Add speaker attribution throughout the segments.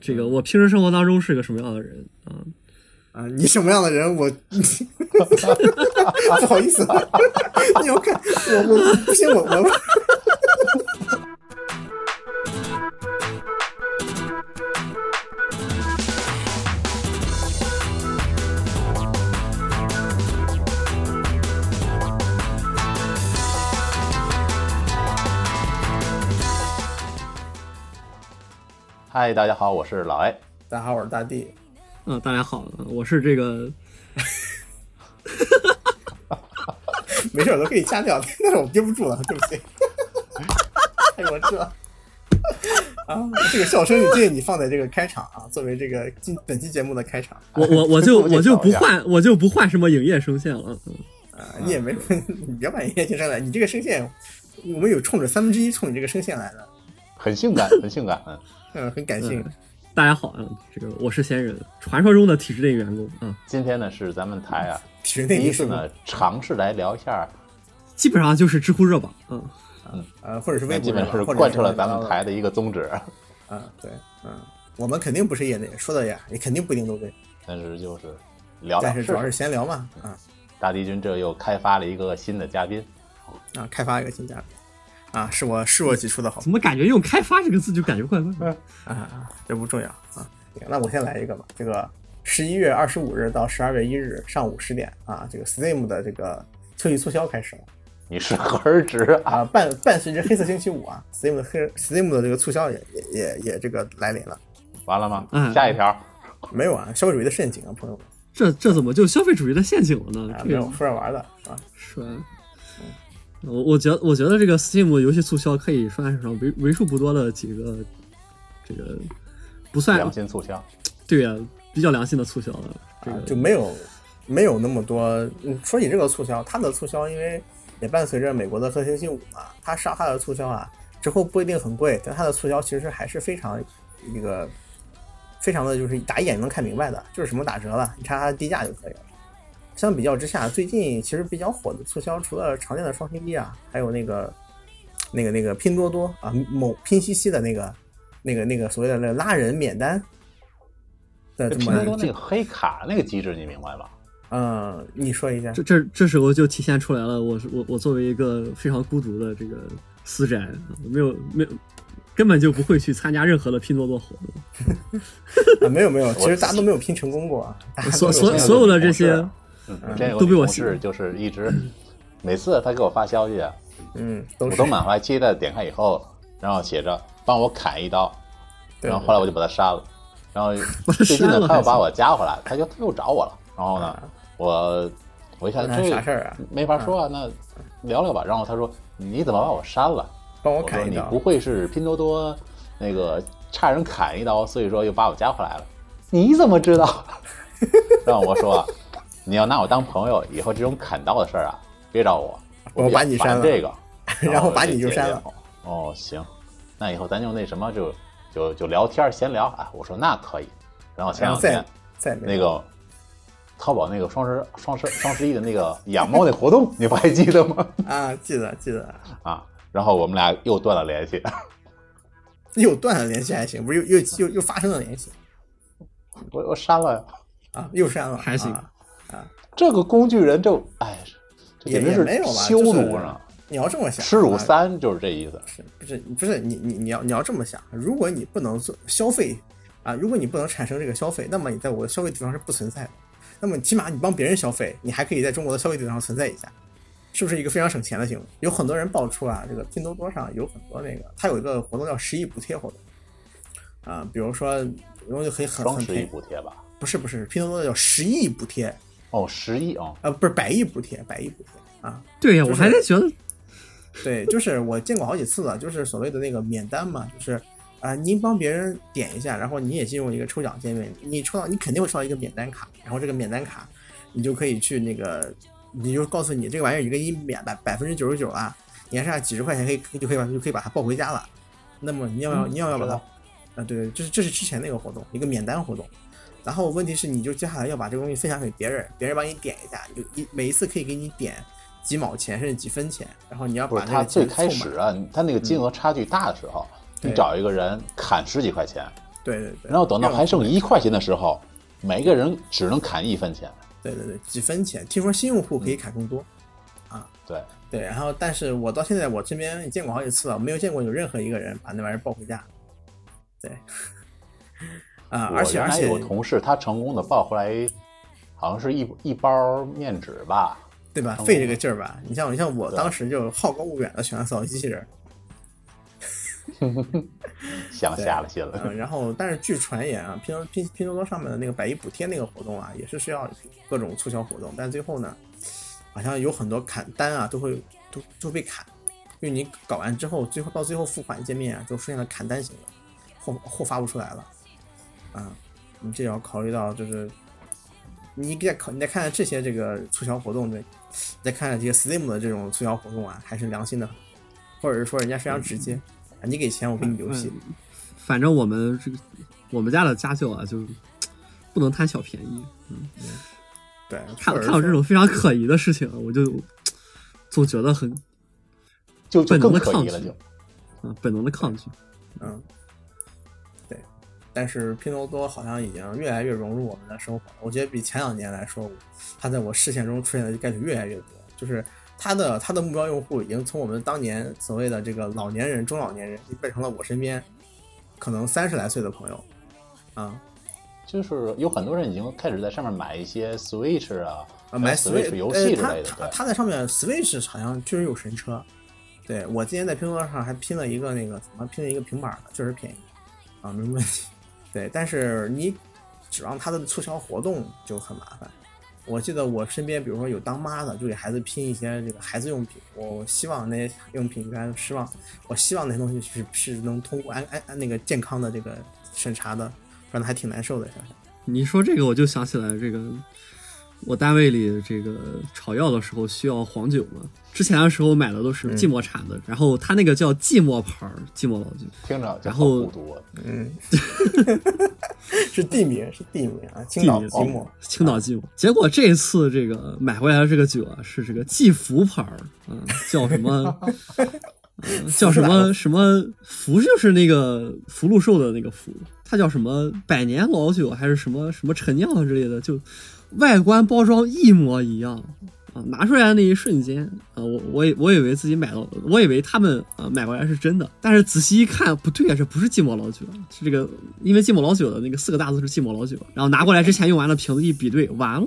Speaker 1: 这个我平时生活当中是个什么样的人啊？
Speaker 2: 啊，你什么样的人？ 我不好意思、啊，你要看我我不行，我我。
Speaker 3: 嗨，大家好，我是老 A。
Speaker 2: 大家好，我是大地。
Speaker 1: 嗯，大家好，我是这 个，
Speaker 2: 没事，我都可以掐掉，但是我憋不住了，对不起。哎呦，我这啊，这个笑声，你建议你放在这个开场啊，作为这个今本期节目的开场。
Speaker 1: 我我我 就
Speaker 3: 我得
Speaker 1: 我就
Speaker 3: 找
Speaker 1: 不
Speaker 3: 一下
Speaker 1: 换，我就不换什么营业声线了。嗯
Speaker 2: 啊，你也没，你别把音乐听上来，你这个声线，我们有冲着三分之一冲你这个声线来的，
Speaker 3: 很 性感，很性感。嗯，
Speaker 2: 嗯，很感性。
Speaker 1: 大家好啊，这个我是闲人，传说中的体制内员工啊，
Speaker 3: 今天呢是咱们 台啊
Speaker 2: 体育
Speaker 3: 第
Speaker 2: 内
Speaker 3: 一
Speaker 2: 衣
Speaker 3: 次
Speaker 2: 是吗？
Speaker 3: 呢尝试来聊一下，
Speaker 1: 基本上就是知乎热榜啊。
Speaker 2: 呃，或者是微
Speaker 3: 那
Speaker 2: 博
Speaker 3: 基本上
Speaker 2: 上
Speaker 3: 是
Speaker 2: 或者
Speaker 3: 贯彻了
Speaker 2: 乱七八
Speaker 3: 咱
Speaker 2: 糟
Speaker 3: 们
Speaker 2: 的
Speaker 3: 台的一个宗旨，
Speaker 2: 啊，对，嗯，我们肯定不是业内，说的呀，也肯定不一定都对，
Speaker 3: 但是就是聊聊
Speaker 2: 但是
Speaker 3: 试
Speaker 2: 主要是
Speaker 3: 试。
Speaker 2: 闲聊嘛，啊
Speaker 3: 大帝君这又开发了一个新的嘉宾，
Speaker 2: 啊，开发一个新嘉宾，啊，是我视若己出的好
Speaker 1: 怎么感觉用“开发”这个字就感觉怪怪的？
Speaker 2: 啊，这不重要啊，那我先来一个吧，这个十一月二十五日到十二月一日上午十点啊，这个 Steam 的这个秋季促销开始了。
Speaker 3: 你适可而止啊。
Speaker 2: 啊，伴伴随着黑色星期五啊，Steam 的黑 Steam 的这个促销也也也也这个来临了。
Speaker 3: 完了吗？
Speaker 1: 嗯
Speaker 3: 下一条，
Speaker 2: 没有啊，消费主义的陷阱啊，朋友们
Speaker 1: 这这怎么就消费主义的陷阱了呢
Speaker 3: 哎
Speaker 2: 啊，？
Speaker 1: 这
Speaker 2: 没有
Speaker 1: 个
Speaker 2: 说着玩的啊，
Speaker 1: 是吧。我我觉得我觉得这个 Steam 游戏促销可以算是上为为数不多的几个，这个不算
Speaker 3: 良心促销。
Speaker 1: 对呀、比较良心的促销了。这
Speaker 2: 啊
Speaker 1: 个
Speaker 2: 就没有没有那么多。嗯说起这个促销，它的促销因为也伴随着美国的黑色星期五嘛，它上它的促销啊，折扣不一定很贵，但它的促销其实还是非常那个非常的就是打一眼能看明白的，就是什么打折了，你查它的低价就可以了。相比较之下，最近其实比较火的促销，除了常见的双十一啊，还有那个那个那个拼多多啊，某拼夕夕的那个那个那个所谓的那个拉人免单的
Speaker 1: 嗯
Speaker 3: 这
Speaker 2: 这
Speaker 3: 拼
Speaker 2: 么一
Speaker 3: 多
Speaker 2: 个
Speaker 3: 多那个黑卡那个机制你明白吧？
Speaker 2: 嗯，你说一下
Speaker 1: 这这这时候就体现出来了，我是我我作为一个非常孤独的这个私宅，啊没有没有，根本就不会去参加任何的拼多多活动。
Speaker 2: 啊？没有没有，其实大家都没有拼成功过啊。大家都
Speaker 1: 所
Speaker 2: 有
Speaker 1: 所
Speaker 2: 这样
Speaker 1: 所有的这
Speaker 3: 我
Speaker 1: 些
Speaker 2: 啊
Speaker 3: 是，嗯，之前有
Speaker 1: 都被
Speaker 3: 个
Speaker 1: 我
Speaker 3: 女同事
Speaker 1: 吸
Speaker 3: 就是一直，每次她给我发消息啊，
Speaker 2: 嗯，都
Speaker 3: 我
Speaker 2: 是
Speaker 3: 都满怀期待地点开以后，然后写着帮我砍一刀，
Speaker 2: 对
Speaker 3: 然后后来我就把他杀了，然后
Speaker 1: 把他
Speaker 3: 最近
Speaker 1: 删了
Speaker 3: 呢他
Speaker 1: 还
Speaker 3: 又
Speaker 1: 行
Speaker 3: 把我加回来，他就他又找我了，然后
Speaker 2: 啊
Speaker 3: 呢我我一看
Speaker 2: 那
Speaker 3: 这
Speaker 2: 啥事儿啊
Speaker 3: 没法说啊，那聊聊吧。然后他说你怎么把我删了？
Speaker 2: 帮我
Speaker 3: 我说
Speaker 2: 砍一
Speaker 3: 你
Speaker 2: 刀
Speaker 3: 不会是拼多多那个差人砍一刀，所以说又把我加回来了？你怎么知 道？然后我说啊你要拿我当朋友，以后这种砍刀的事儿啊，别找我，
Speaker 2: 我
Speaker 3: 比较
Speaker 2: 把你
Speaker 3: 烦
Speaker 2: 删了
Speaker 3: 这个。
Speaker 2: 然后把
Speaker 3: 这
Speaker 2: 你就
Speaker 3: 姐
Speaker 2: 删
Speaker 3: 姐
Speaker 2: 了。
Speaker 3: 哦，行，那以后咱就那什么就就就聊天儿闲聊啊。我说那可以。然后前
Speaker 2: 然
Speaker 3: 两
Speaker 2: 后再
Speaker 3: 天
Speaker 2: 也再也没
Speaker 3: 那
Speaker 2: 有
Speaker 3: 个淘宝那个双十双十双十一的那个养猫那活动， 你不还记得吗？
Speaker 2: 啊，记得记得，
Speaker 3: 啊，然后我们俩又断了联系。
Speaker 2: 又断了联系还行，不是又又又又发生了联系
Speaker 3: 我我删了，
Speaker 2: 啊，又删了，
Speaker 1: 还行
Speaker 2: 啊
Speaker 3: 这个工具人就哎，这
Speaker 2: 也
Speaker 3: 简直
Speaker 2: 也
Speaker 3: 是
Speaker 2: 没有吧，
Speaker 3: 羞
Speaker 2: 就是
Speaker 3: 辱呢。
Speaker 2: 你要这么想，
Speaker 3: 耻辱
Speaker 2: 啊
Speaker 3: 三就是这意思，
Speaker 2: 是不是不是你你你要你要这么想，如果你不能做消费啊，如果你不能产生这个消费，那么你在我的消费地方是不存在的。那么起码你帮别人消费，你还可以在中国的消费地方存在一下，是不是一个非常省钱的行为？有很多人爆出啊，这个拼多多上有很多那个，它有一个活动叫十亿补贴活动啊，比如说然后就可以很
Speaker 3: 双
Speaker 2: 很
Speaker 3: 十一
Speaker 2: 便宜，
Speaker 3: 补贴吧？
Speaker 2: 不是不是，拼多多叫十亿补贴，
Speaker 3: 哦，十一啊，
Speaker 2: 呃，不是百亿补贴，百亿补贴啊，
Speaker 1: 对呀、
Speaker 2: 就是
Speaker 1: 我还在觉得
Speaker 2: 对，就是我见过好几次了，就是所谓的那个免单嘛，就是啊、您帮别人点一下，然后你也进入一个抽奖界面，你抽到你肯定会抽到一个免单卡，然后这个免单卡你就可以去那个，你就告诉你这个玩意儿你给你免百百分之九十九啦，你还剩下几十块钱可以就可以把就可以把它抱回家了。那么你要不要、你要不要把它？
Speaker 3: 知
Speaker 2: 啊、对，这是这是之前那个活动，一个免单活动。然后问题是，你就接下来要把这个东西分享给别人，别人帮你点一下，你就一每一次可以给你点几毛钱甚至几分钱，然后你要
Speaker 3: 不
Speaker 2: 把
Speaker 3: 是
Speaker 2: 那
Speaker 3: 他
Speaker 2: 个
Speaker 3: 最
Speaker 2: 钱凑
Speaker 3: 开
Speaker 2: 满。嗯
Speaker 3: 始啊，他那个金额差距大的时候，
Speaker 2: 对
Speaker 3: 你找一个人砍十几块钱，
Speaker 2: 对对对。
Speaker 3: 然后等到
Speaker 2: 这样
Speaker 3: 还剩一块钱的时候，每个人只能砍一分钱。
Speaker 2: 对对对，几分钱。听说新用户可以
Speaker 3: 嗯
Speaker 2: 砍更多。
Speaker 3: 对，
Speaker 2: 对，然后但是我到现在我这边也见过好几次了，我没有见过有任何一个人把那玩意儿抱回家。对，啊，
Speaker 3: 我
Speaker 2: 而且
Speaker 3: 原
Speaker 2: 而
Speaker 3: 来
Speaker 2: 且
Speaker 3: 有，个同事他成功的抱回来，好像是一一包面纸吧，
Speaker 2: 对吧？
Speaker 3: 成
Speaker 2: 费这
Speaker 3: 功
Speaker 2: 个劲儿吧？你像你像我
Speaker 3: 对
Speaker 2: 当时就好高骛远的喜欢扫地机器人儿，
Speaker 3: 想下了心了。
Speaker 2: 嗯，然后但是据传言啊，拼多拼拼多多上面的那个百亿补贴那个活动啊，也是需要各种促销活动，但最后呢，好像有很多砍单啊，都会都都被砍，因为你搞完之后，最后到最后付款界面啊，就出现了砍单行为，货货发不出来了，啊，你这也要考虑到就是，你再考你再看看这些这个促销活动的，你再看看这些 Steam 的这种促销活动啊，还是良心的很，或者是说人家非常直接，啊，你给钱我给你
Speaker 1: 嗯
Speaker 2: 游戏。
Speaker 1: 反正我们这个我们家的家教啊，就是不能贪小便宜。
Speaker 2: 对，
Speaker 1: 看
Speaker 2: 或者
Speaker 1: 看到这
Speaker 2: 说
Speaker 1: 种非常可疑的事情，啊我就总觉得很
Speaker 3: 就就
Speaker 1: 本能
Speaker 3: 更
Speaker 1: 的
Speaker 3: 可
Speaker 1: 抗
Speaker 3: 疑
Speaker 1: 拒
Speaker 3: 了，就
Speaker 1: 啊本能的抗拒。
Speaker 2: 嗯，对，但是拼多多好像已经越来越融入我们的生活了。我觉得比前两年来说，它在我视线中出现的概率越来越多。就是它的它的目标用户已经从我们当年所谓的这个老年人、中老年人，变成了我身边可能三十来岁的朋友啊
Speaker 3: 就是有很多人已经开始在上面买一些 Switch 啊，
Speaker 2: 啊，买
Speaker 3: Switch
Speaker 2: Switch
Speaker 3: 游戏之
Speaker 2: 呃
Speaker 3: 类的，，
Speaker 2: 它它
Speaker 3: 对，
Speaker 2: 它在上面 Switch 好像确实有神车。对我今天在拼多多上还拼了一个那个什么，拼了一个平板儿呢，确实便宜啊，没什么问题。对，但是你指望它的促销活动就很麻烦。我记得我身边，比如说有当妈的，就给孩子拼一些这个孩子用品。我希望那些用品跟失望，我希望那些东西是是能通过安安安那个健康的这个审查的，不然还挺难受的。想想
Speaker 1: 你说这个，我就想起来这个，我单位里这个炒药的时候需要黄酒嘛。之前的时候买的都是
Speaker 2: 嗯
Speaker 1: 寂寞产的，然后它那个叫寂寞牌儿寂寞老酒，
Speaker 3: 听着就
Speaker 1: 然
Speaker 3: 好
Speaker 1: 后
Speaker 3: 孤独啊。
Speaker 2: 嗯， 是地名，是地名啊，青
Speaker 1: 地
Speaker 2: 岛
Speaker 1: 名
Speaker 2: 寂寞。
Speaker 1: 青岛寂寞。结果这次这个买回来的这个酒啊，是这个季福牌儿，嗯，叫什么？嗯叫什么什么福就是那个福禄寿的那个福，它叫什么百年老酒还是什么什么陈酿啊之类的，就外观包装一模一样啊！拿出来的那一瞬间啊，我我以我以为自己买到，我以为他们啊买过来是真的，但是仔细一看不对啊，这不是寂寞老酒，是这个因为寂寞老酒的那个四个大字是寂寞老酒，然后拿过来之前用完的瓶子一比对，完了。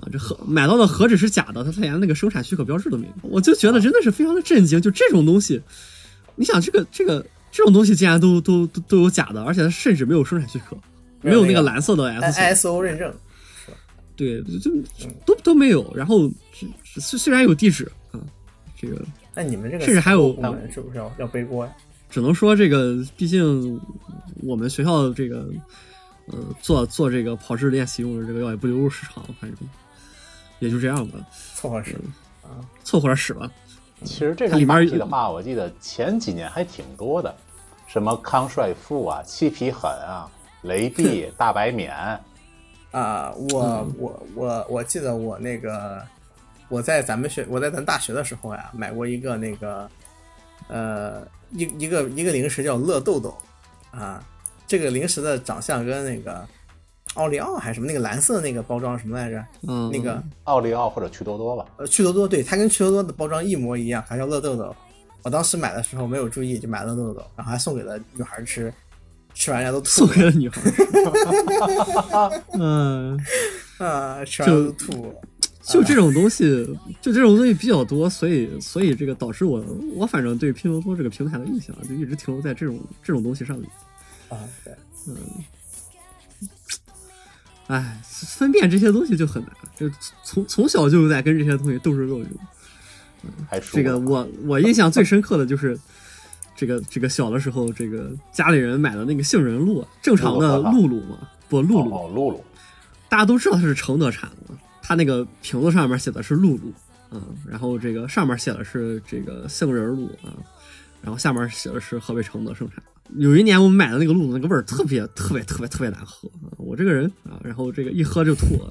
Speaker 1: 啊，这何买到的何止是假的，它连那个生产许可标志都没有。我就觉得真的是非常的震惊，就这种东西，你想这个这个这种东西竟然都都都都有假的，而且它甚至没有生产许可，没
Speaker 2: 没有
Speaker 1: 有
Speaker 2: 那
Speaker 1: 那
Speaker 2: 个
Speaker 1: 个蓝色的
Speaker 2: 哎
Speaker 1: S 型，
Speaker 2: ISO 认证，
Speaker 1: 对，就就都都没有。然后虽虽然有地址啊，这个
Speaker 2: 那你们这个
Speaker 1: 甚至还有
Speaker 2: 部门是不是要要背锅呀？
Speaker 1: 只能说这个，毕竟我们学校这个呃做做这个跑制练习用的这个药也不流入市场，反正也就这样吧，
Speaker 2: 凑合使，
Speaker 1: 嗯凑合着使吧。
Speaker 3: 其实这
Speaker 1: 它
Speaker 3: 种
Speaker 1: 里面
Speaker 3: 马
Speaker 1: 儿
Speaker 3: 匹的话，我记得前几年还挺多的，什么康帅傅啊、七匹狠啊、雷碧、大白免，
Speaker 2: 啊、我、我我我记得我那个我在咱们学我在咱大学的时候呀，买过一个那个呃一一个一个零食叫乐豆豆啊，这个零食的长相跟那个奥利奥还是什么那个蓝色那个包装什么来着？
Speaker 1: 嗯，
Speaker 2: 那个
Speaker 3: 奥利奥或者趣多多吧。
Speaker 2: 呃趣多多，对它跟趣多多的包装一模一样，还叫乐豆豆。我当时买的时候没有注意，就买了乐豆豆，然后还送给了女孩吃，吃完人家都吐
Speaker 1: 送
Speaker 2: 了。
Speaker 1: 给了女孩。嗯，
Speaker 2: 啊，吃完都吐了。
Speaker 1: 就这种东西，就这种东西比较多，所以所以这个导致我我反正对拼多多这个平台的印象就一直停留在这种这种东西上面。
Speaker 2: 啊，对，
Speaker 1: 哎，分辨这些东西就很难，就从从小就在跟这些东西斗智斗勇。
Speaker 3: 还输
Speaker 1: 这个我我印象最深刻的就是，这个这个小的时候，这个家里人买的那个杏仁露，正常的露露嘛，不露露，
Speaker 3: 哦哦露露，
Speaker 1: 大家都知道它是承德产的，它那个瓶子上面写的是露露，嗯，然后这个上面写的是这个杏仁露啊，然后下面写的是河北承德生产。啊有一年我们买的那个露露，那个味儿特别特别特别特别难喝啊！我这个人啊，然后这个一喝就吐了，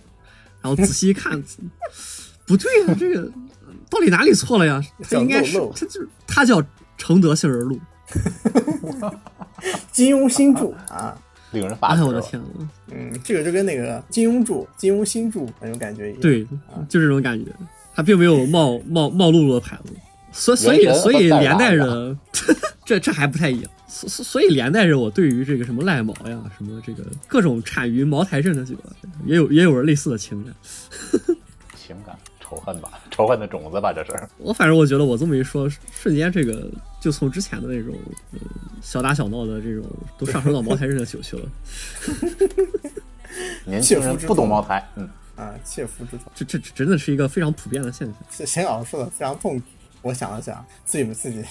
Speaker 1: 然后仔细一看，不对呀、这个到底哪里错了呀？它应该是
Speaker 2: 叫露露
Speaker 1: 它就是它叫承德杏仁露，
Speaker 2: 金庸新著啊，
Speaker 3: 令人
Speaker 1: 哎
Speaker 3: 发指
Speaker 1: 呀，我
Speaker 3: 了。
Speaker 1: 的天呐，
Speaker 2: 嗯，这个就跟那个金庸著、金庸新著那种感觉一样。
Speaker 1: 对，就这种感觉，他并没有冒冒冒露露的牌子，所所以
Speaker 3: 原神
Speaker 1: 所以
Speaker 3: 和塞尔达
Speaker 1: 连带着， 这这还不太一样，所所所以连带着我对于这个什么赖毛呀，什么这个各种产于茅台镇的酒，也有也有人类似的情感。
Speaker 3: 情感仇恨吧，仇恨的种子吧，这是。
Speaker 1: 我反正我觉得我这么一说，瞬间这个就从之前的那种、呃、小打小闹的这种，都上升到茅台镇的酒去了。
Speaker 3: 年
Speaker 2: 切
Speaker 3: 轻人
Speaker 2: 肤之
Speaker 3: 不懂
Speaker 2: 痛
Speaker 3: 茅台，嗯，
Speaker 2: 啊，切肤之痛。
Speaker 1: 这这这真的是一个非常普遍的现象。
Speaker 2: 这沈老师说的非常痛苦，我想了想，自己不自己，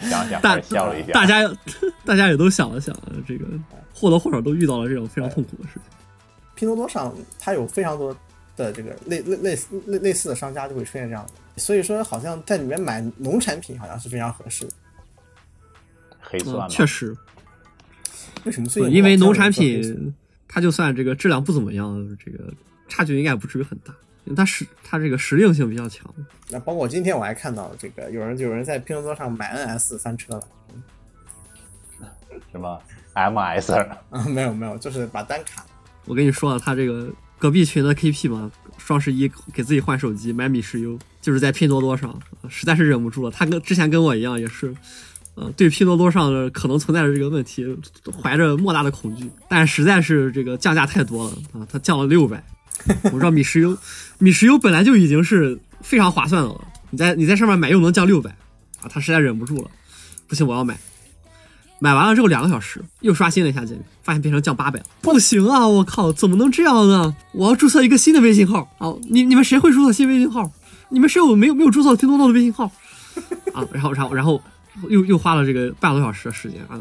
Speaker 3: 想想
Speaker 1: 大
Speaker 3: 还是笑了一下。
Speaker 1: 大家 大家也都想了想，啊这个或多或少都遇到了这种非常痛苦的事情。
Speaker 2: 拼多多上它有非常多的这个类类类似类类似的商家就会出现这样的，所以说好像在里面买农产品好像是非常合适的。
Speaker 3: 黑蒜嘛
Speaker 1: 嗯，，确实，
Speaker 2: 为什么最近
Speaker 1: 因为
Speaker 2: 网
Speaker 1: 农
Speaker 2: 上
Speaker 1: 产
Speaker 2: 有这种东西
Speaker 1: 品它就算这个质量不怎么样，这个差距应该也不至于很大，因为它实它这个实用性比较强。
Speaker 2: 那包括我今天我还看到这个有人有人在拼多多上买 NS 翻车了
Speaker 3: 什么 MS，
Speaker 2: 啊，没有没有，就是把单卡
Speaker 1: 我跟你说啊，他这个隔壁群的 KP 嘛，双十一给自己换手机，买米石优，就是在拼多多上，啊实在是忍不住了。他跟之前跟我一样，也是，呃，对拼多多上的可能存在的这个问题，怀着莫大的恐惧。但实在是这个降价太多了啊，它降了六百。 我知道米石优，米石优本来就已经是非常划算的了，你在你在上面买又能降六百，啊，他实在忍不住了，不行，我要买。买完了之后两个小时，又刷新了一下界面，发现变成降八百了。不行啊！我靠，怎么能这样呢？我要注册一个新的微信号啊！你你们谁会注册新微信号？你们谁有没有没有注册拼多多的微信号啊？然后然后然后又又花了这个半个多小时的时间啊，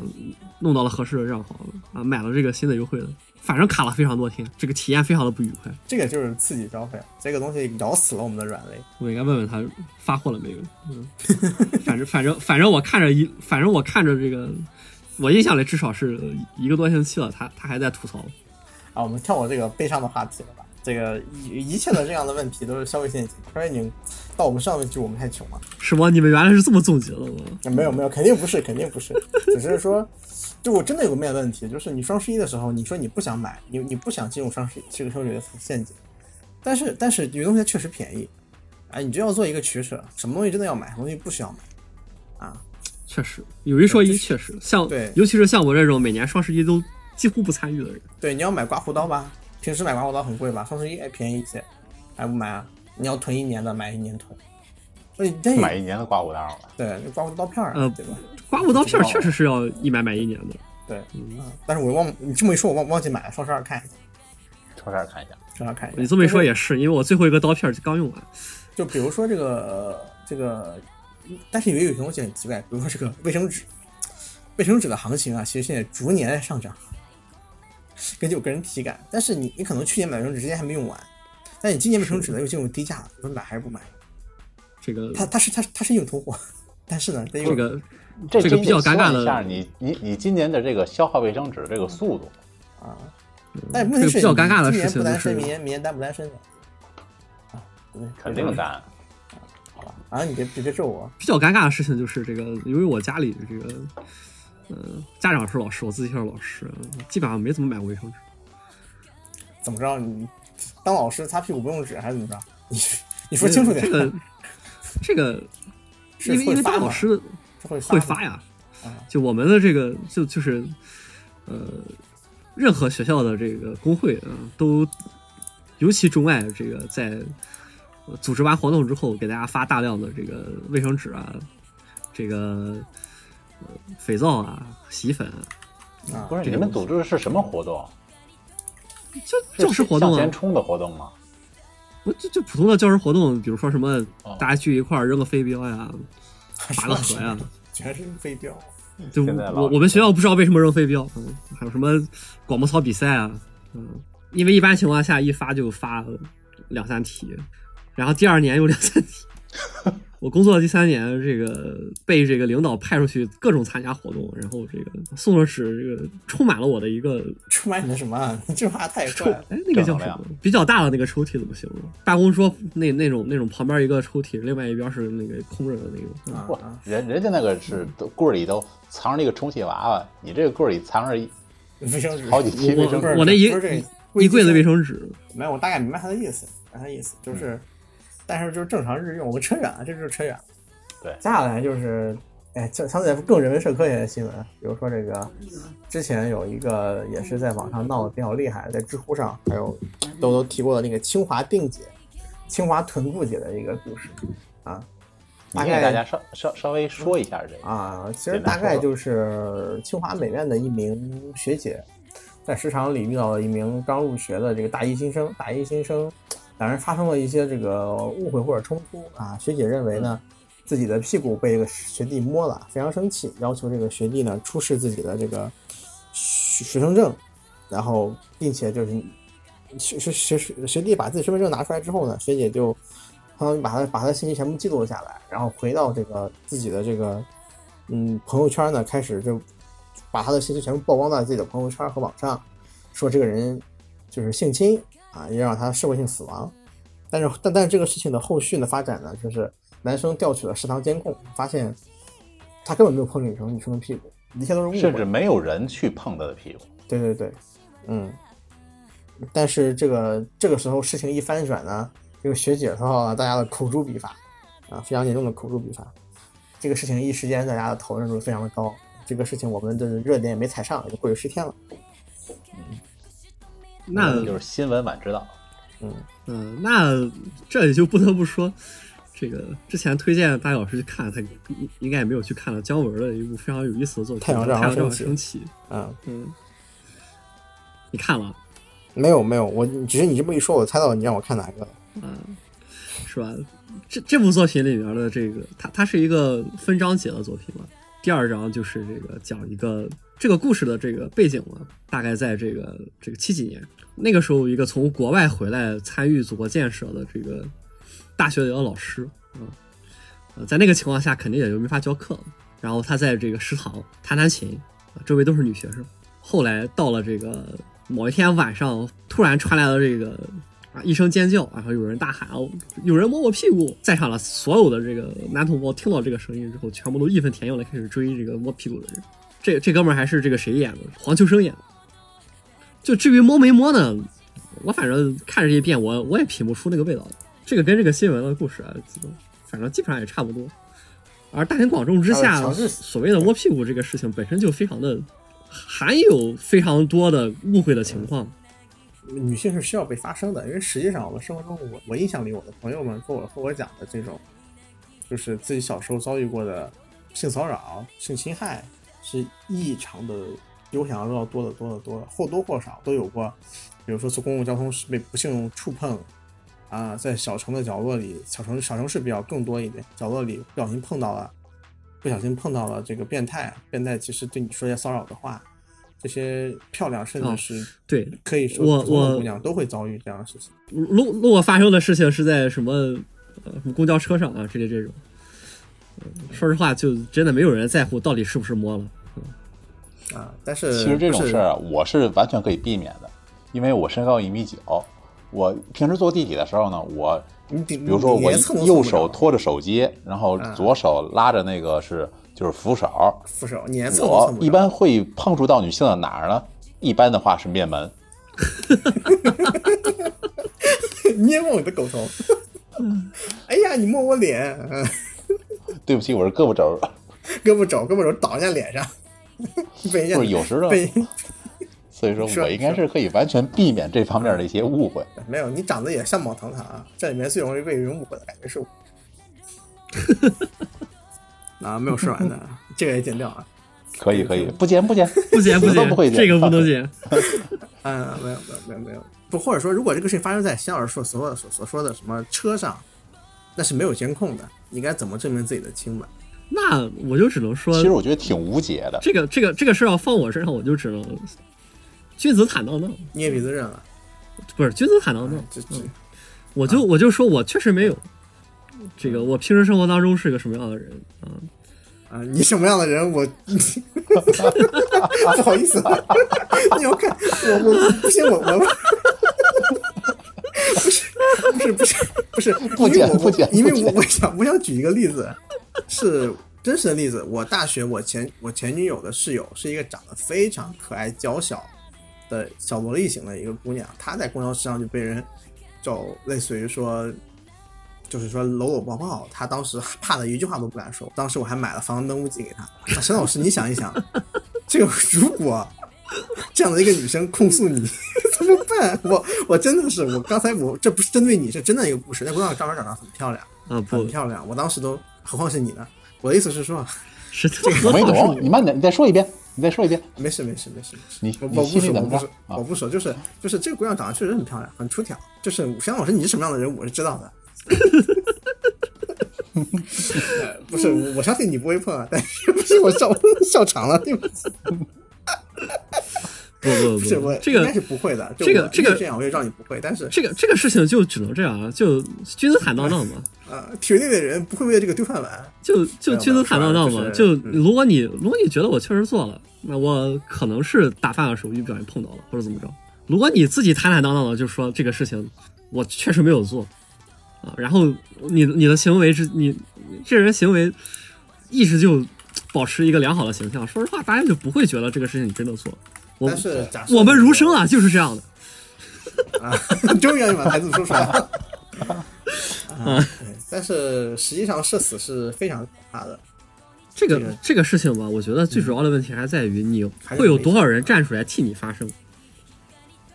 Speaker 1: 弄到了合适的账号啊，买了这个新的优惠的，反正卡了非常多天，这个体验非常的不愉快。
Speaker 2: 这个就是刺激消费，这个东西咬死了我们的软肋。
Speaker 1: 我应该问问他发货了没有。嗯，反正反正反正我看着一，反正我看着这个，我印象里至少是一个多星期了，他他还在吐槽。
Speaker 2: 啊，我们跳过这个悲伤的话题了吧？这个一一切的这样的问题都是消费陷阱。所以你到我们上面去，我们太穷了。
Speaker 1: 什么？你们原来是这么总结的吗？
Speaker 2: 没有没有，肯定不是，肯定不是，只是说，就我真的有个面的问题，就是你双十一的时候，你说你不想买，你你不想进入双十一这个消费的陷阱，但是但是有东西确实便宜，哎，你就要做一个取舍，什么东西真的要买，什么东西不需要买。
Speaker 1: 确实，有一说一，
Speaker 2: 就是
Speaker 1: 确实像
Speaker 2: 对
Speaker 1: 尤其是像我这种每年双十一都几乎不参与的人，
Speaker 2: 对，你要买刮胡刀吧，平时买刮胡刀很贵吧，双十一哎便宜一些，还不买啊？你要囤一年的，买一年囤。那你这
Speaker 3: 买一年的刮胡刀了，
Speaker 2: 对，那刮胡刀片儿啊，
Speaker 1: 呃
Speaker 2: 对吧？
Speaker 1: 刮胡刀片儿
Speaker 3: 不知道
Speaker 1: 确实是要一买买一年的。
Speaker 2: 对，嗯，但是我忘你这么一说，我忘忘记买了，双十二看一下，
Speaker 3: 抽这看一下，
Speaker 2: 双十二看一下。
Speaker 1: 你这么一说也是，因为我最后一个刀片儿就刚用完。
Speaker 2: 就比如说这个、呃这个，嗯但是也有些东西很奇怪，比如说这个卫生纸，卫生纸的行情啊，其实现在逐年上涨，根据我个人体感。但是你你可能去年买卫生纸，之前还没用完，但你今年卫生纸呢又进入低价了，你说买还是不买？
Speaker 1: 这个
Speaker 2: 它它是它是它是硬通货，但是呢，它又
Speaker 1: 这个
Speaker 3: 这
Speaker 1: 这个
Speaker 3: 真
Speaker 1: 比较
Speaker 3: 得
Speaker 1: 尴尬
Speaker 3: 算
Speaker 1: 的
Speaker 3: 一下你你你今年的这个消耗卫生纸这个速度，
Speaker 2: 啊，但问题是
Speaker 1: 这个比较尴尬的
Speaker 2: 你
Speaker 1: 事
Speaker 2: 今
Speaker 1: 情
Speaker 2: 年不单
Speaker 1: 就是
Speaker 2: 身，明年明年单不单身的？啊，对
Speaker 3: 肯定干。
Speaker 2: 好吧，啊，你别别别咒我，
Speaker 1: 比较尴尬的事情就是这个，因为我家里这个，呃，家长是老师，我自己也是老师，基本上没怎么买过卫生纸。
Speaker 2: 怎么着？你当老师擦屁股不用纸还是怎么着？你你说清楚点
Speaker 1: 这，个这个，
Speaker 2: 是
Speaker 1: 因为因
Speaker 2: 会
Speaker 1: 为
Speaker 2: 发
Speaker 1: 当
Speaker 2: 吗
Speaker 1: 老师的
Speaker 2: 这会
Speaker 1: 会
Speaker 2: 吗
Speaker 1: 发呀
Speaker 2: 啊，
Speaker 1: 就我们的这个就就是，呃，任何学校的这个工会啊、都尤其中外这个在呃组织完活动之后，给大家发大量的这个卫生纸啊，这个、呃肥皂啊、洗衣粉啊，
Speaker 2: 啊
Speaker 3: 不是你们组织的是什么活动？
Speaker 1: 就教师活动
Speaker 3: 向
Speaker 1: 啊
Speaker 3: 前，冲的活动吗？
Speaker 1: 不就就普通的教师活动，比如说什么
Speaker 3: 哦
Speaker 1: 大家聚一块儿扔个飞镖呀，拔个河呀，
Speaker 2: 全是飞镖。
Speaker 1: 就
Speaker 3: 现在老
Speaker 1: 我我们学校不知道为什么扔飞镖，嗯，还有什么广播操比赛啊，嗯，因为一般情况下一发就发两三题，然后第二年又两三 题。我工作第三年，这个被这个领导派出去各种参加活动，然后这个送了纸，这个充满了我的一个
Speaker 2: 出卖你的什么啊？ 你这话太
Speaker 1: 抽
Speaker 2: 快 了。
Speaker 1: 哎，那个叫
Speaker 3: 正能
Speaker 1: 什
Speaker 3: 量
Speaker 1: 么？比较大的那个抽屉怎么形容？办公桌那那种那种旁边一个抽屉，另外一边是那个空着的那种。
Speaker 2: 啊
Speaker 3: 不
Speaker 2: 啊，
Speaker 3: 人人家那个是都柜儿里都藏着一个充气娃娃，你这个柜儿里藏着一
Speaker 2: 卫生纸，
Speaker 3: 好几批卫生
Speaker 2: 不是
Speaker 3: 纸，
Speaker 1: 我那一
Speaker 2: 不是这
Speaker 1: 一啊柜子卫生纸，
Speaker 2: 没有，我大概明白他的意思，明白他的意思就是，
Speaker 3: 嗯
Speaker 2: 但是就是正常日用，我扯远了，这就是扯远了。
Speaker 3: 对
Speaker 2: 接下来就是，哎，这相对更人文社科一些的新闻，比如说这个，之前有一个也是在网上闹得比较厉害，在知乎上还有都都提过的那个清华定姐、清华臀部姐的一个故事啊，
Speaker 3: 你
Speaker 2: 大
Speaker 3: 给
Speaker 2: 概
Speaker 3: 大家稍稍稍微说一下这个。
Speaker 2: 啊，其实
Speaker 3: 简单
Speaker 2: 大概
Speaker 3: 说说
Speaker 2: 就是清华美院的一名学姐，在市场里遇到了一名刚入学的这个大一新生，大一新生两人发生了一些这个误会或者冲突啊。学姐认为呢，
Speaker 3: 嗯
Speaker 2: 自己的屁股被一个学弟摸了，非常生气，要求这个学弟呢出示自己的这个学学生证，然后并且就是学学学学学弟把自己身份证拿出来之后呢，学姐就相当于把他把他的信息全部记录下来，然后回到这个自己的这个嗯朋友圈呢，开始就把他的信息全部曝光在自己的朋友圈和网上，说这个人就是性侵啊，也让他社会性死亡。但是但但这个事情的后续的发展呢，就是男生调取了食堂监控，发现他根本没有碰女生女生的屁股，一切都是误会。
Speaker 3: 甚至没有人去碰他的屁股。
Speaker 2: 对对对，嗯。但是这个这个时候事情一翻转呢，这个学姐受到了大家的口诛笔伐，啊，非常严重的口诛笔伐。这个事情一时间大家的讨论度非常的高，这个事情我们的热点也没踩上，也就过去十天了。
Speaker 1: 那
Speaker 2: 嗯
Speaker 3: 就是新闻晚知道，
Speaker 1: 嗯，那这也就不得不说，这个之前推荐大老师去看，他应应该也没有去看了姜文的一部非常有意思的作品《
Speaker 2: 太阳照
Speaker 1: 照
Speaker 2: 常
Speaker 1: 常
Speaker 2: 升起
Speaker 1: 升起》。
Speaker 2: 嗯，
Speaker 1: 嗯，你看了
Speaker 2: 没有没有，我只是你这么一说，我猜到你让我看哪个了。
Speaker 1: 是吧？这这部作品里面的这个，它它是一个分章节的作品嘛。第二章就是这个讲一个这个故事的这个背景嘛，大概在这个这个七几年，那个时候一个从国外回来参与祖国建设的这个大学里的老师，嗯，呃，在那个情况下肯定也就没法教课了。然后他在这个食堂弹弹琴，啊周围都是女学生。后来到了这个某一天晚上，突然传来了这个啊一声尖叫，然后有人大喊哦，有人摸我屁股。在场的所有的这个男同胞听到这个声音之后，全部都义愤填膺的开始追这个摸屁股的人。这这哥们儿还是这个谁演的？黄秋生演的。就至于摸没摸呢，我反正看这一遍，我我也品不出那个味道。这个跟这个新闻的故事啊，反正基本上也差不多。而大庭广众之
Speaker 2: 啊
Speaker 1: 下
Speaker 2: 强，制
Speaker 1: 所谓的摸屁股这个事情本身就非常的含有非常多的误会的情况。
Speaker 2: 女性是需要被发声的，因为实际上我们生活中我，我印象里我的朋友们和我和我讲的这种，就是自己小时候遭遇过的性骚扰、性侵害，是异常的比我想象中要多得多得多的，或多或少都有过，比如说坐公共交通被不幸触碰，啊，在小城的角落里，小城小城市比较更多一点，角落里不小心碰到了，不小心碰到了这个变态，变态其实对你说一些骚扰的话。这些漂亮甚至
Speaker 1: 哦
Speaker 2: 是
Speaker 1: 对，
Speaker 2: 可以说，
Speaker 1: 我
Speaker 2: 普通的
Speaker 1: 我
Speaker 2: 姑娘都会遭遇这样的事情。
Speaker 1: 如如果发生的事情是在什么呃什么公交车上啊之类这种，呃说实话，就真的没有人在乎到底是不是摸了。
Speaker 2: 啊，
Speaker 1: 呃
Speaker 2: 但是
Speaker 3: 其实这种
Speaker 2: 不是
Speaker 3: 事儿啊我是完全可以避免的，因为我身高一米九，我平时坐地铁的时候呢，我
Speaker 2: 你比
Speaker 3: 比如说我右手托着手机，然后
Speaker 2: 嗯
Speaker 3: 左手拉着那个是就是扶手，
Speaker 2: 扶手，你连蹭都
Speaker 3: 我
Speaker 2: 蹭不着
Speaker 3: 一般会碰触到女性的哪儿呢？一般的话是面门，
Speaker 2: 你也摸我的狗头，
Speaker 1: 嗯
Speaker 2: 哎呀，你摸我脸，嗯
Speaker 3: 对不起，我是胳膊肘，
Speaker 2: 胳膊肘胳膊肘倒人家脸上， 被人家
Speaker 3: 就是有时候，
Speaker 2: 被
Speaker 3: 所以说
Speaker 2: 是
Speaker 3: 我应该是可以完全避免这方面的一些误会。
Speaker 2: 没有你长得也像毛糖糖啊，这里面最容易被人误会的感觉是我。 啊，没有说完的，这个也剪掉啊。
Speaker 3: 可以可以，不见不见，
Speaker 1: 不减
Speaker 3: 死都
Speaker 1: 减，
Speaker 3: 不会减
Speaker 1: 这个不能减。
Speaker 2: 嗯，没有没有没有没有，不或者说，如果这个事情发生在肖老师所所所所说的什么车上，那是没有监控的，你该怎么证明自己的清白？
Speaker 1: 那我就只能说，
Speaker 3: 其实我觉得挺无解的。
Speaker 1: 这个这个这个事儿要放我身上，我就只能君子坦荡荡，
Speaker 2: 捏鼻子认了，
Speaker 1: 不是君子坦荡荡。
Speaker 2: 这这
Speaker 1: 我就我就说我确实没有。这个我平时生活当中是个什么样的人啊？
Speaker 2: 啊，你什么样的人？我不好意思， 你要看我我不行，我我不是不是不是不是
Speaker 3: 不
Speaker 2: 因为
Speaker 3: 剪
Speaker 2: 我
Speaker 3: 不剪
Speaker 2: 因为
Speaker 3: 不
Speaker 2: 我
Speaker 3: 剪
Speaker 2: 我想我想举一个例子，是真实的例子，我大学我前我前女友的室友是一个长得非常可爱娇小的小萝莉型的一个姑娘，她在公交车上就被人就类似于说，就是说搂搂抱抱，她当时怕的一句话都不敢说。当时我还买了防狼喷雾剂给她。啊沈老师，你想一想， 这个如果这样的一个女生控诉你 怎么办？我我真的是，我刚才我这不是针对你，是真的一个故事。那姑娘照片长得很漂亮，
Speaker 1: 啊，
Speaker 2: 很
Speaker 1: 不，
Speaker 2: 漂亮，我当时都何况是你呢？我的意思是说，
Speaker 1: 是这个何
Speaker 3: 我没
Speaker 1: 况
Speaker 3: 懂，
Speaker 1: 是
Speaker 3: 你慢点，你再说一遍，你再说一遍。
Speaker 2: 没事没事没事没事，
Speaker 3: 你
Speaker 2: 我
Speaker 3: 你
Speaker 2: 我不
Speaker 3: 心里
Speaker 2: 说
Speaker 3: 怎
Speaker 2: 我
Speaker 3: 么
Speaker 2: 不
Speaker 3: 着
Speaker 2: 说
Speaker 3: 啊
Speaker 2: 我不说，就是就是这个姑娘长得确实很漂亮，很出挑，就是沈老师你是什么样的人我是知道的。 呃不是，我我相信你不会碰啊，但是不是我笑笑场了，对不起，
Speaker 1: 不不
Speaker 2: 不是
Speaker 1: 不
Speaker 2: 我
Speaker 1: 不，这
Speaker 2: 应
Speaker 1: 个
Speaker 2: 该是不会的，就
Speaker 1: 这个
Speaker 2: 我
Speaker 1: 这个
Speaker 2: 越这样我也让你不会，但是
Speaker 1: 这个这个事情就只能这样啊，就君子坦荡荡嘛，
Speaker 2: 呃，体育内的人不会为这个丢饭碗，
Speaker 1: 就就君子坦荡荡嘛，
Speaker 2: 就是
Speaker 1: 就
Speaker 2: 嗯
Speaker 1: 如果你如果你觉得我确实做了，那我可能是打饭的时候一不小心碰到了或者怎么着，如果你自己坦坦荡荡的就说这个事情我确实没有做啊，然后你你的行为是你你这人行为一直就保持一个良好的形象，说实话大家就不会觉得这个事情你真的做了。我
Speaker 2: 但是假设
Speaker 1: 我们儒生啊就是这样的，
Speaker 2: 啊，终于让你把台词说出来 了。啊，对但是实际上社死是非常可怕的，
Speaker 1: 这
Speaker 2: 这个
Speaker 1: 个这个事情吧，我觉得最主要的问题还在于你
Speaker 2: 还是
Speaker 1: 会有
Speaker 2: 没
Speaker 1: 多少人站出来替你发声，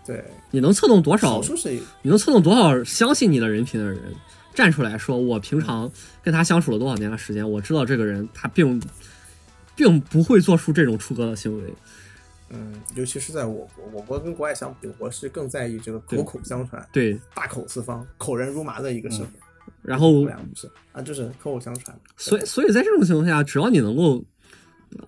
Speaker 2: 对，
Speaker 1: 你能策动多少
Speaker 2: 少数是
Speaker 1: 你能策动多少相信你的人品的人站出来说，我平常跟他相处了多少年的时间，我知道这个人他并并不会做出这种出格的行为。
Speaker 2: 嗯，尤其是在我国，我国跟国外相比，我是更在意这个口口相传、
Speaker 1: 对，
Speaker 2: 大口四方、口人如麻的一个社会。
Speaker 1: 然后
Speaker 2: 我俩不是啊，就是口口相传。
Speaker 1: 嗯所以所以在这种情况下，只要你能够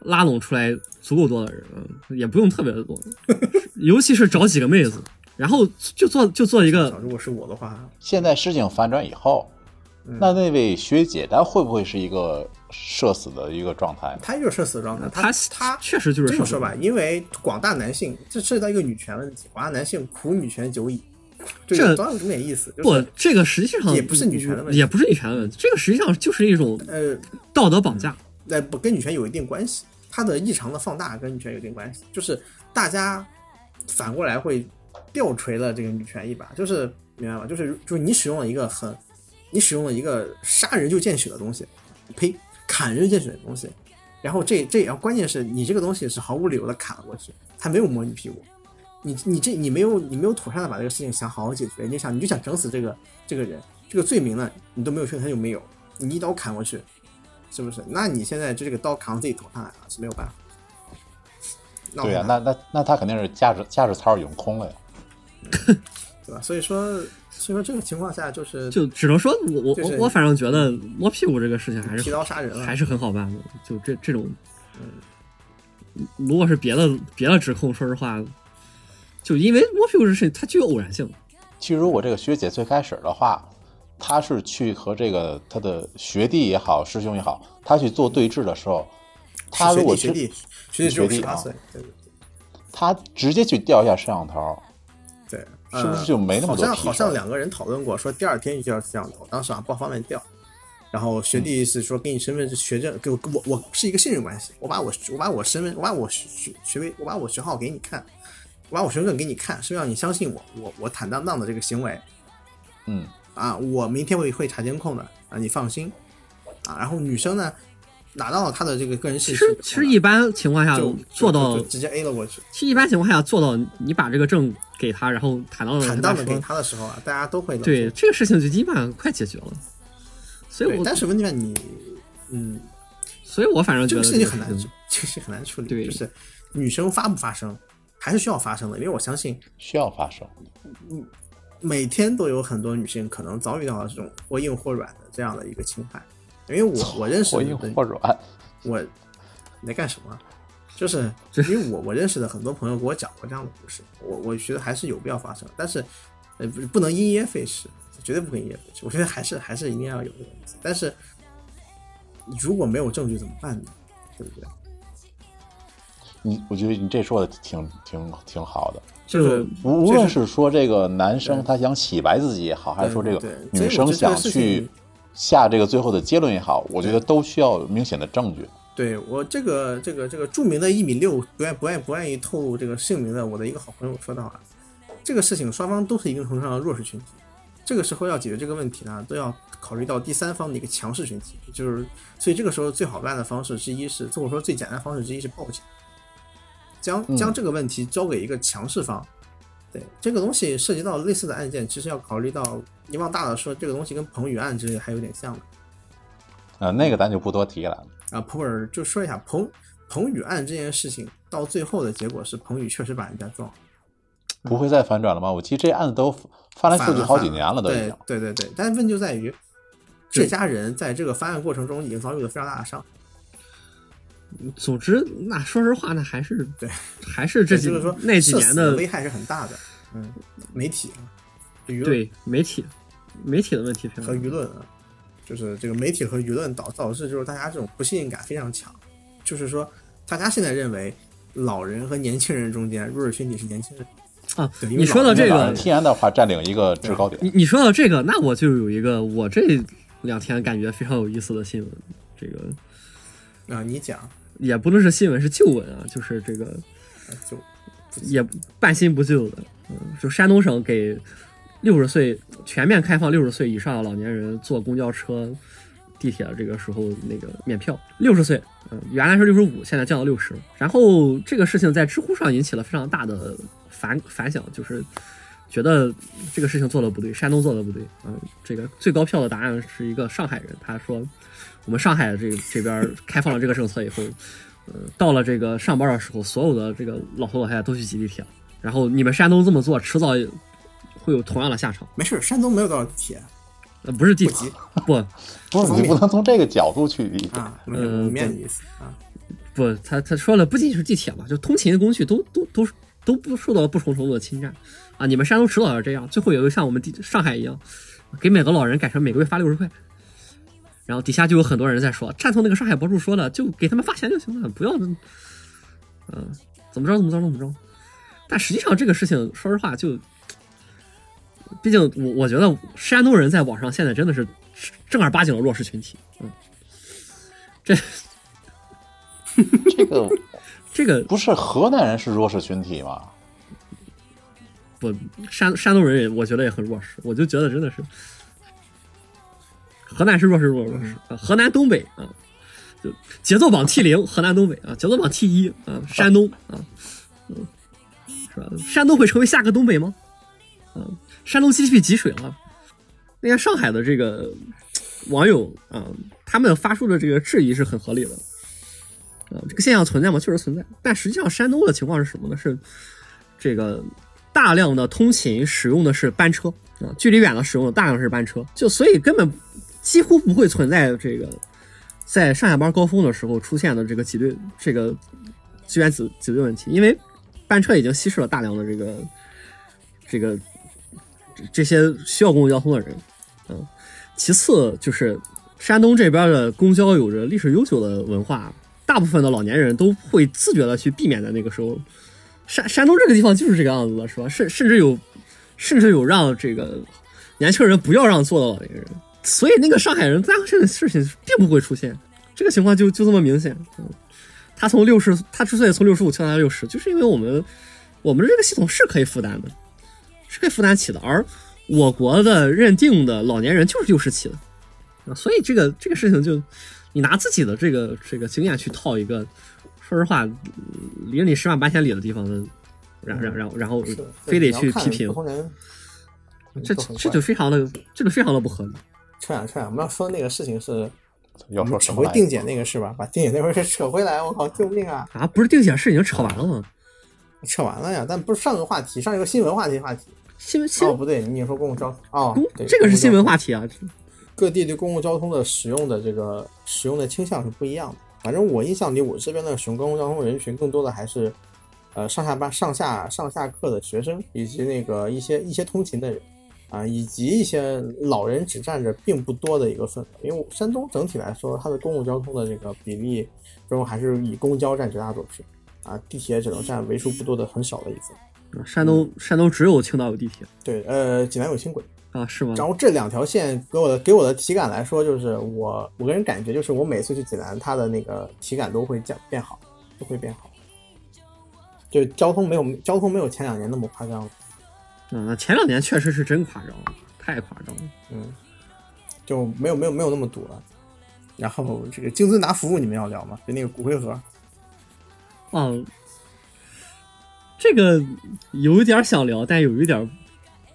Speaker 1: 拉拢出来足够多的人，嗯也不用特别的多， 尤其是找几个妹子，然后就做就做一
Speaker 2: 对
Speaker 1: 个
Speaker 2: 如果是我的话，
Speaker 3: 现在事情反转以后，那那位学姐她会不会是一个社死的一个状态呢？
Speaker 2: 他就是社死状态，
Speaker 1: 他
Speaker 2: 他
Speaker 1: 确实就是
Speaker 2: 这
Speaker 1: 社
Speaker 2: 么
Speaker 1: 死
Speaker 2: 说吧，因为广大男性这涉及到一个女权问题，广大男性苦女权久矣，对
Speaker 1: 这，
Speaker 2: 当然有点意思，就
Speaker 1: 不
Speaker 2: 是，
Speaker 1: 这个实际上
Speaker 2: 也不是女权的问题
Speaker 1: 也不是女权的问题，这个实际上就是一种
Speaker 2: 呃，
Speaker 1: 道德绑架。
Speaker 2: 那呃不跟女权有一定关系，它的异常的放大跟女权有一定关系，就是大家反过来会吊锤了这个女权一把，就是明白吗？就是就是你使用了一个很，你使用了一个杀人就见血的东西，呸，砍人就见血的东西，然后这这然后关键是你这个东西是毫无理由的砍了过去，他没有摸你屁股。你你这你没有你没有妥善的把这个事情想好好解决，你想你就想整死这个这个人，这个罪名呢你都没有确定他有没有，你一刀砍过去，是不是？那你现在这个刀扛自己头上来了是没有办法。那我
Speaker 3: 对呀、啊
Speaker 2: 看
Speaker 3: 那那那她肯定是驾驶驾驶舱涌空了呀。
Speaker 2: 对吧？所以说，所以说这个情况下就是
Speaker 1: 就只能说我我
Speaker 2: 就是
Speaker 1: 我我反正觉得摸屁股这个事情还
Speaker 2: 提
Speaker 1: 是
Speaker 2: 刀杀人了，
Speaker 1: 还是很好办的，就这这种，呃如果是别的别的指控，说实话，就因为摸屁股这事情它具有偶然性，
Speaker 3: 其实我这个学姐最开始的话，她是去和这个她的学弟也好，师兄也好，她去做对峙的时候，她
Speaker 2: 学
Speaker 3: 如果
Speaker 2: 弟
Speaker 3: 直
Speaker 2: 学弟学弟只有
Speaker 3: 学
Speaker 2: 十
Speaker 3: 弟啊
Speaker 2: 八岁，对对
Speaker 3: 她直接去调一下摄像头，
Speaker 2: 对，
Speaker 3: 是不是
Speaker 2: 呃
Speaker 3: 就没那么
Speaker 2: 好
Speaker 3: 多
Speaker 2: 像
Speaker 3: 提
Speaker 2: 好像
Speaker 3: 示
Speaker 2: 两个人讨论过，说第二天就要摄像头，当时啊不方便调。然后学弟是说给你身份证学证，给我我我是一个信任关系，我把我我把我身份，我把我学学学位，我把我学号给你看，我把我身份证给你看，是让你相信我，我我坦荡荡的这个行为
Speaker 3: 嗯，
Speaker 2: 啊，我明天会会查监控的啊，你放心啊。然后女生呢拿到了她的这个个人
Speaker 1: 其
Speaker 2: 信息
Speaker 1: 实，其实一般情况下
Speaker 2: 就
Speaker 1: 做到
Speaker 2: 就就，直接 A 了过去。
Speaker 1: 其实一般情况下做到你把这个证给他，然后坦荡荡地
Speaker 2: 坦
Speaker 1: 跟
Speaker 2: 荡
Speaker 1: 他
Speaker 2: 的给
Speaker 1: 嗯说，
Speaker 2: 他的时候啊，大家都会冷静
Speaker 1: 对这个事情就基本上快解决了，所以
Speaker 2: 对，
Speaker 1: 我
Speaker 2: 但是问题在你，嗯，
Speaker 1: 所以我反正
Speaker 2: 这
Speaker 1: 觉
Speaker 2: 个
Speaker 1: 得
Speaker 2: 事情很难
Speaker 1: 情，
Speaker 2: 这个事情很难处理。
Speaker 1: 对
Speaker 2: 就是女生发不发声，还是需要发声的，因为我相信
Speaker 3: 需要发生。
Speaker 2: 每天都有很多女性可能遭遇到了这种或硬或软的这样的一个侵害。因为我我认识
Speaker 3: 或
Speaker 2: 的
Speaker 3: 硬或软，
Speaker 2: 我你在干什么？啊就是因为我我认识的很多朋友给我讲过这样的故事，我我觉得还是有必要发生，但是呃不不能因噎废食，绝对不可以因噎废食。我觉得还是还是一定要有这个东西，但是如果没有证据怎么办呢？对不对？
Speaker 3: 你我觉得你这说的挺挺挺好的。
Speaker 1: 就是
Speaker 3: 无无论是说这个男生他想洗白自己也好，还是说这个
Speaker 2: 对对
Speaker 3: 女生想去下这个最后的结论也好，我觉得都需要有明显的证据。
Speaker 2: 对我这个这个这个著名的一米六不愿不愿不愿意透露这个姓名的我的一个好朋友说到啊，这个事情双方都是一定程度上的弱势群体，这个时候要解决这个问题呢，都要考虑到第三方的一个强势群体，就是所以这个时候最好办的方式之一是，或者说最简单的方式之一是报警，将将这个问题交给一个强势方。对这个东西涉及到类似的案件，其实要考虑到，你往大了说，这个东西跟彭宇案之类还有点像的。
Speaker 3: 呃，那个
Speaker 2: 嗯
Speaker 3: 咱就不多提了。
Speaker 2: 啊，普洱就说一下彭彭宇案这件事情，到最后的结果是彭宇确实把人家撞了，
Speaker 3: 不会再反转了吗？我记得这案子都翻来覆去好几年了，都已
Speaker 2: 对
Speaker 3: 经。
Speaker 2: 对对对，但是问题就在于，这家人在这个翻案过程中已经遭遇了非常大的伤。
Speaker 1: 总之，那说实话，那还是
Speaker 2: 对，
Speaker 1: 还是这几
Speaker 2: 就是说
Speaker 1: 那几
Speaker 2: 社
Speaker 1: 年
Speaker 2: 死
Speaker 1: 的
Speaker 2: 危害是很大的，嗯，媒体啊，舆论
Speaker 1: 对媒体媒体的问题非
Speaker 2: 和
Speaker 1: 常
Speaker 2: 舆
Speaker 1: 大。
Speaker 2: 论啊，就是这个媒体和舆论导导致就是大家这种不信任感非常强，就是说大家现在认为老人和年轻人中间弱势群体是年轻人
Speaker 1: 啊
Speaker 2: 对因为
Speaker 1: 你说到这
Speaker 3: 因为老
Speaker 1: 个
Speaker 3: 人，天然的话占领一个制高点
Speaker 1: 你，你说到这个，那我就有一个我这两天感觉非常有意思的新闻，这个
Speaker 2: 啊，你讲
Speaker 1: 也不论是新闻是旧闻啊，就是这个
Speaker 2: 啊就
Speaker 1: 也半新不旧的，嗯，就山东省给六十岁全面开放六十岁以上的老年人坐公交车、地铁这个时候那个免票，六十岁，嗯，原来是六十五，现在降到六十。然后这个事情在知乎上引起了非常大的反反响，就是觉得这个事情做的不对，山东做的不对，嗯，这个最高票的答案是一个上海人，他说我们上海这这边开放了这个政策以后，到了这个上班的时候，所有的这个老头老太太都去挤地铁，然后你们山东这么做，迟早也会有同样的下场。
Speaker 2: 没事，山东没有多少地铁
Speaker 1: 呃，不是地
Speaker 2: 不
Speaker 1: 铁
Speaker 2: 急，
Speaker 1: 不
Speaker 3: 不是
Speaker 2: 方
Speaker 3: 你
Speaker 2: 便
Speaker 3: 不能从这个角度去理解。
Speaker 2: 啊，没有
Speaker 1: 呃
Speaker 2: 我面的意思啊。
Speaker 1: 不，他他说了，不仅仅是地铁嘛，就通勤工具都都都都不受到不同程度的侵占啊！你们山东迟早要这样，最后也会像我们地上海一样，给每个老人改成每个月发六十块。然后底下就有很多人在说，赞同那个上海博主说的，就给他们发钱就行了，不要，嗯、怎么着怎么着怎么着。但实际上这个事情，说实话就，毕竟我我觉得山东人在网上现在真的是正儿八经的弱势群体，嗯，这
Speaker 3: 这个
Speaker 1: 这个
Speaker 3: 不是河南人是弱势群体吗？
Speaker 1: 不，山山东人也我觉得也很弱势，我就觉得真的是，河南是弱势弱弱势啊，河南东北啊，就节奏榜 T 零，河南东北啊，节奏榜 T 一啊，山东啊，嗯，是吧？山东会成为下个东北吗？啊，山东 GDP 挤水了。那些上海的这个网友啊，他们发出的这个质疑是很合理的。啊，这个现象存在吗？确实存在，但实际上山东的情况是什么呢？是这个大量的通勤使用的是班车啊，距离远了使用的大量是班车，就所以根本几乎不会存在这个在上下班高峰的时候出现的这个挤兑这个资源挤挤兑问题，因为班车已经稀释了大量的这个这个这这些需要公共交通的人，嗯，其次就是山东这边的公交有着历史悠久的文化，大部分的老年人都会自觉的去避免在那个时候山山东这个地方就是这个样子的，是吧？甚甚至有，甚至有让这个年轻人不要让座的老年人，所以那个上海人，他这个事情并不会出现，这个情况就就这么明显。嗯，他从六十，他之所以从六十五跳到六十，就是因为我们我们这个系统是可以负担的，是可以负担起的，而我国的认定的老年人就是六十起的，啊，所以这个这个事情就你拿自己的这个这个经验去套一个，说实话，离你十万八千里的地方的，然然然后然后
Speaker 2: 是的
Speaker 1: 呃非
Speaker 2: 对
Speaker 1: 得
Speaker 2: 你
Speaker 1: 去
Speaker 2: 要看
Speaker 1: 批评
Speaker 2: 不，同人
Speaker 1: 这
Speaker 2: 都很
Speaker 1: 这
Speaker 2: 怪
Speaker 1: 就非常的这就非常的不合理。
Speaker 2: 扯远啊扯远，我们要说那个事情是
Speaker 3: 要说什
Speaker 2: 扯
Speaker 3: 么
Speaker 2: 回
Speaker 3: 来着？哦
Speaker 2: 定检那个是吧？把定检那回事扯回来，我靠，救命啊！
Speaker 1: 啊，不是定检是已经扯完了吗？
Speaker 2: 扯完了呀，但不是上个话题，上一个新闻话题话题。
Speaker 1: 新闻新
Speaker 2: 哦，
Speaker 1: 闻、
Speaker 2: 不对，你也说公共交哦
Speaker 1: 公，
Speaker 2: 对
Speaker 1: 这个是新。
Speaker 2: 公共交
Speaker 1: 闻话题啊，
Speaker 2: 各地对公共交通的使用的这个使用的倾向是不一样的。反正我印象里，我这边的使用公共交通人群更多的还是，呃，上下班、上下上下课的学生，以及那个一些一些通勤的人，啊、以及一些老人只占着并不多的一个份额。因为山东整体来说，它的公共交通的这个比例中还是以公交占绝大多数，啊，地铁只能占为数不多的很小的一份。
Speaker 1: 啊
Speaker 2: 嗯
Speaker 1: 山东山东只有青岛有地铁，
Speaker 2: 对，呃，济南有轻轨，
Speaker 1: 啊，是吗？
Speaker 2: 然后这两条线给我的给我的体感来说，就是我我个人感觉就是我每次去济南，它的那个体感都会降变好，都会变好。就交通没有交通没有前两年那么夸张了，
Speaker 1: 嗯，那前两年确实是真夸张了，太夸张了。
Speaker 2: 嗯，就没有没有没有那么堵了。然后这个金尊达服务你们要聊吗？就那个骨灰盒，
Speaker 1: 哦，这个有一点想聊，但有一点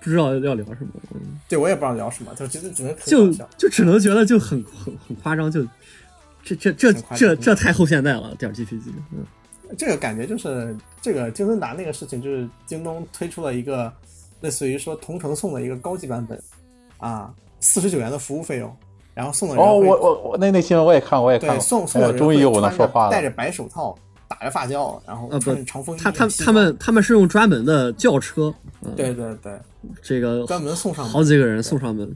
Speaker 1: 不知道要聊什么，嗯
Speaker 2: 对我也不知道聊什么，就只能只能很
Speaker 1: 就
Speaker 2: 搞笑
Speaker 1: 就只能觉得就很很很夸张，就这这这
Speaker 2: 很夸张
Speaker 1: 这这太后现代了，点 GPG，嗯，
Speaker 2: 这个感觉就是这个京森达那个事情，就是京东推出了一个类似于说同城送的一个高级版本啊，四十九元的服务费用，然后送的人
Speaker 3: 哦，
Speaker 2: 会、
Speaker 3: 我我我那那新闻我也看，我也看
Speaker 2: 对
Speaker 3: 了。
Speaker 2: 送送
Speaker 3: 哎
Speaker 2: 的
Speaker 3: 呀，
Speaker 2: 人
Speaker 3: 终于
Speaker 2: 会
Speaker 3: 我能
Speaker 2: 穿
Speaker 3: 说
Speaker 2: 着
Speaker 3: 话
Speaker 2: 戴着
Speaker 3: 了。
Speaker 2: 白手套，打着发胶，然后
Speaker 1: 呃不
Speaker 2: 穿着长风衣、
Speaker 1: 他他
Speaker 2: 西
Speaker 1: 他们他们是用专门的轿车，嗯
Speaker 2: 装，对对对，
Speaker 1: 这个
Speaker 2: 专门送上
Speaker 1: 哦好
Speaker 2: 门，
Speaker 1: 几个人送上门，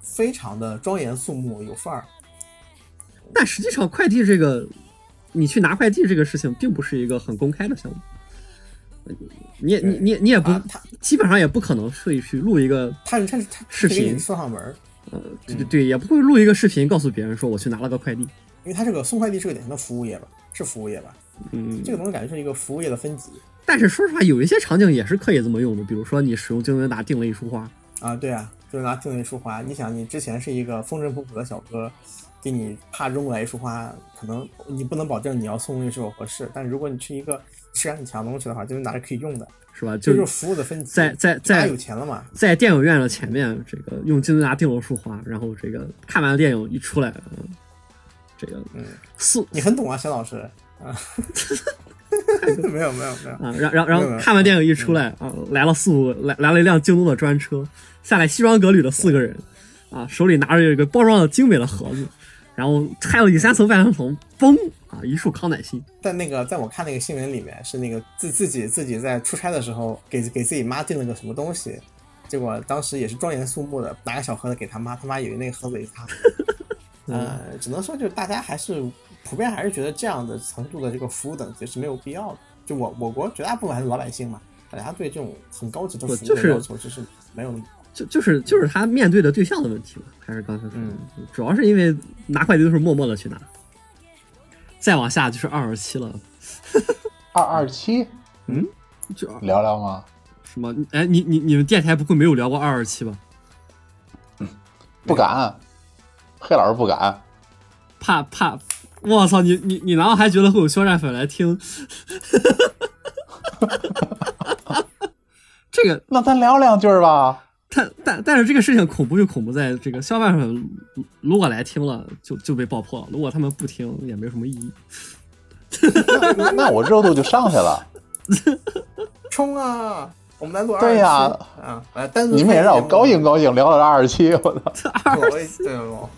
Speaker 2: 非常的庄严肃穆，有范儿。
Speaker 1: 但实际上快递这个，你去拿快递这个事情并不是一个很公开的项目，你也你你也你也不、
Speaker 2: 啊他
Speaker 1: 基本上也不可能会去录一个
Speaker 2: 他他他
Speaker 1: 视
Speaker 2: 他给你
Speaker 1: 频
Speaker 2: 送上门儿，
Speaker 1: 呃，对
Speaker 2: 嗯
Speaker 1: 对对，也不会录一个视频告诉别人说我去拿了个快递。
Speaker 2: 因为他这个送快递是个典型的服务业吧，是服务业吧，
Speaker 1: 嗯，
Speaker 2: 这个东西感觉是一个服务业的分级
Speaker 1: 但是说实话，有一些场景也是可以这么用的，比如说你使用京文达订了一束花，
Speaker 2: 啊，对啊，就是拿定位束花。你想，你之前是一个风尘仆仆的小哥，给你啪扔过来一束花，可能你不能保证你要送过去是否合适，但如果你是一个质感很强的东西的话，就是拿着可以用的，
Speaker 1: 是吧？
Speaker 2: 这
Speaker 1: 就
Speaker 2: 就是服务的分级。
Speaker 1: 在在
Speaker 2: 大家
Speaker 1: 在
Speaker 2: 有钱了嘛，
Speaker 1: 在电影院的前面，这个用京文达订了束花，然后这个看完电影一出来，嗯这个
Speaker 2: 嗯
Speaker 1: 四
Speaker 2: 你很懂啊，沈老师啊。 没有没有没有，
Speaker 1: 啊，然然然
Speaker 2: 没有
Speaker 1: 后看完电影一出来啊，来了四五来来了一辆京东的专车，下来西装革履的四个人，啊，手里拿着一个包装的精美的盒子，然后拆了里三层外三层，嘣啊，一束康乃馨。
Speaker 2: 在那个在我看那个新闻里面是那个自自己自己在出差的时候给给自己妈订了个什么东西，结果当时也是庄严肃穆的拿个小盒子给他妈，他妈以为那个盒子也是他。
Speaker 1: 嗯
Speaker 2: 呃，只能说就是大家还是普遍还是觉得这样的程度的这个服务等级是没有必要的。就我我国绝大部分还是老百姓嘛，大家对这种很高级的服
Speaker 1: 不
Speaker 2: 务
Speaker 1: 就
Speaker 2: 的
Speaker 1: 是
Speaker 2: 要求就是没有那么高。
Speaker 1: 就就是就是他面对的对象的问题嘛，还是刚才说的，嗯主要是因为拿快递都是默默的去拿。再往下就是二二七了，
Speaker 3: 二二七，
Speaker 1: 嗯就
Speaker 3: 聊聊吗？
Speaker 1: 什么？哎，你你你们电台不会没有聊过二二七吧？
Speaker 3: 不敢，黑老师不敢。
Speaker 1: 怕怕，我操！你你你难道还觉得会有肖战粉来听？ 这个，
Speaker 3: 那咱聊两句吧。
Speaker 1: 但但但是这个事情恐怖就恐怖在这个肖战粉如果来听了就就被爆破了，如果他们不听也没有什么意义。
Speaker 3: 那我热度就上 去了。
Speaker 2: 冲啊！我们来录二
Speaker 3: 对呀
Speaker 2: 啊，来单独
Speaker 3: 你们也让我高兴高兴，聊到二十七，我操！
Speaker 2: 开 一个节目，我也对我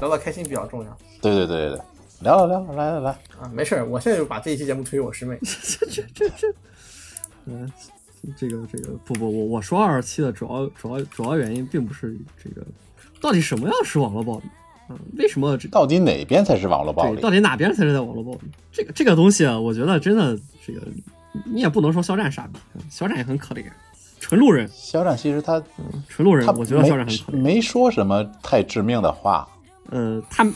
Speaker 2: 聊得开心比较重要
Speaker 3: 对对对对对，聊聊聊，来来来，
Speaker 2: 啊。没事儿，我现在就把这一期节目推给我师妹。
Speaker 1: 这这这这，嗯，这个这个不不，我我说二十七的主要主要主要原因并不是这个，到底什么样是网络暴力？嗯，为什么这
Speaker 3: 到底哪边才是网络暴
Speaker 1: 对
Speaker 3: 力
Speaker 1: 到？底哪边才是在网络暴力？这个这个东西啊，我觉得真的这个你也不能说肖战傻逼，嗯肖战也很可怜，纯路人，
Speaker 3: 肖战其实他
Speaker 1: 纯路人
Speaker 3: 他，
Speaker 1: 我觉得肖
Speaker 3: 没
Speaker 1: 战很可怜。
Speaker 3: 没说什么太致命的话，
Speaker 1: 呃，他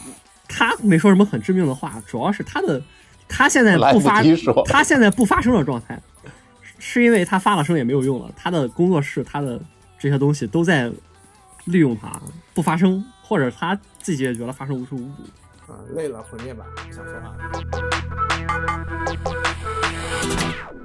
Speaker 1: 他没说什么很致命的话，主要是他的他现在
Speaker 3: 来
Speaker 1: 不发
Speaker 3: 不及说，
Speaker 1: 他现在不发声的状态，是是因为他发了声也没有用了。他的工作室，他的这些东西都在利用他不发声，或者他自己也觉得发声无处无补。
Speaker 2: 啊，累了，毁灭吧，不想说话了。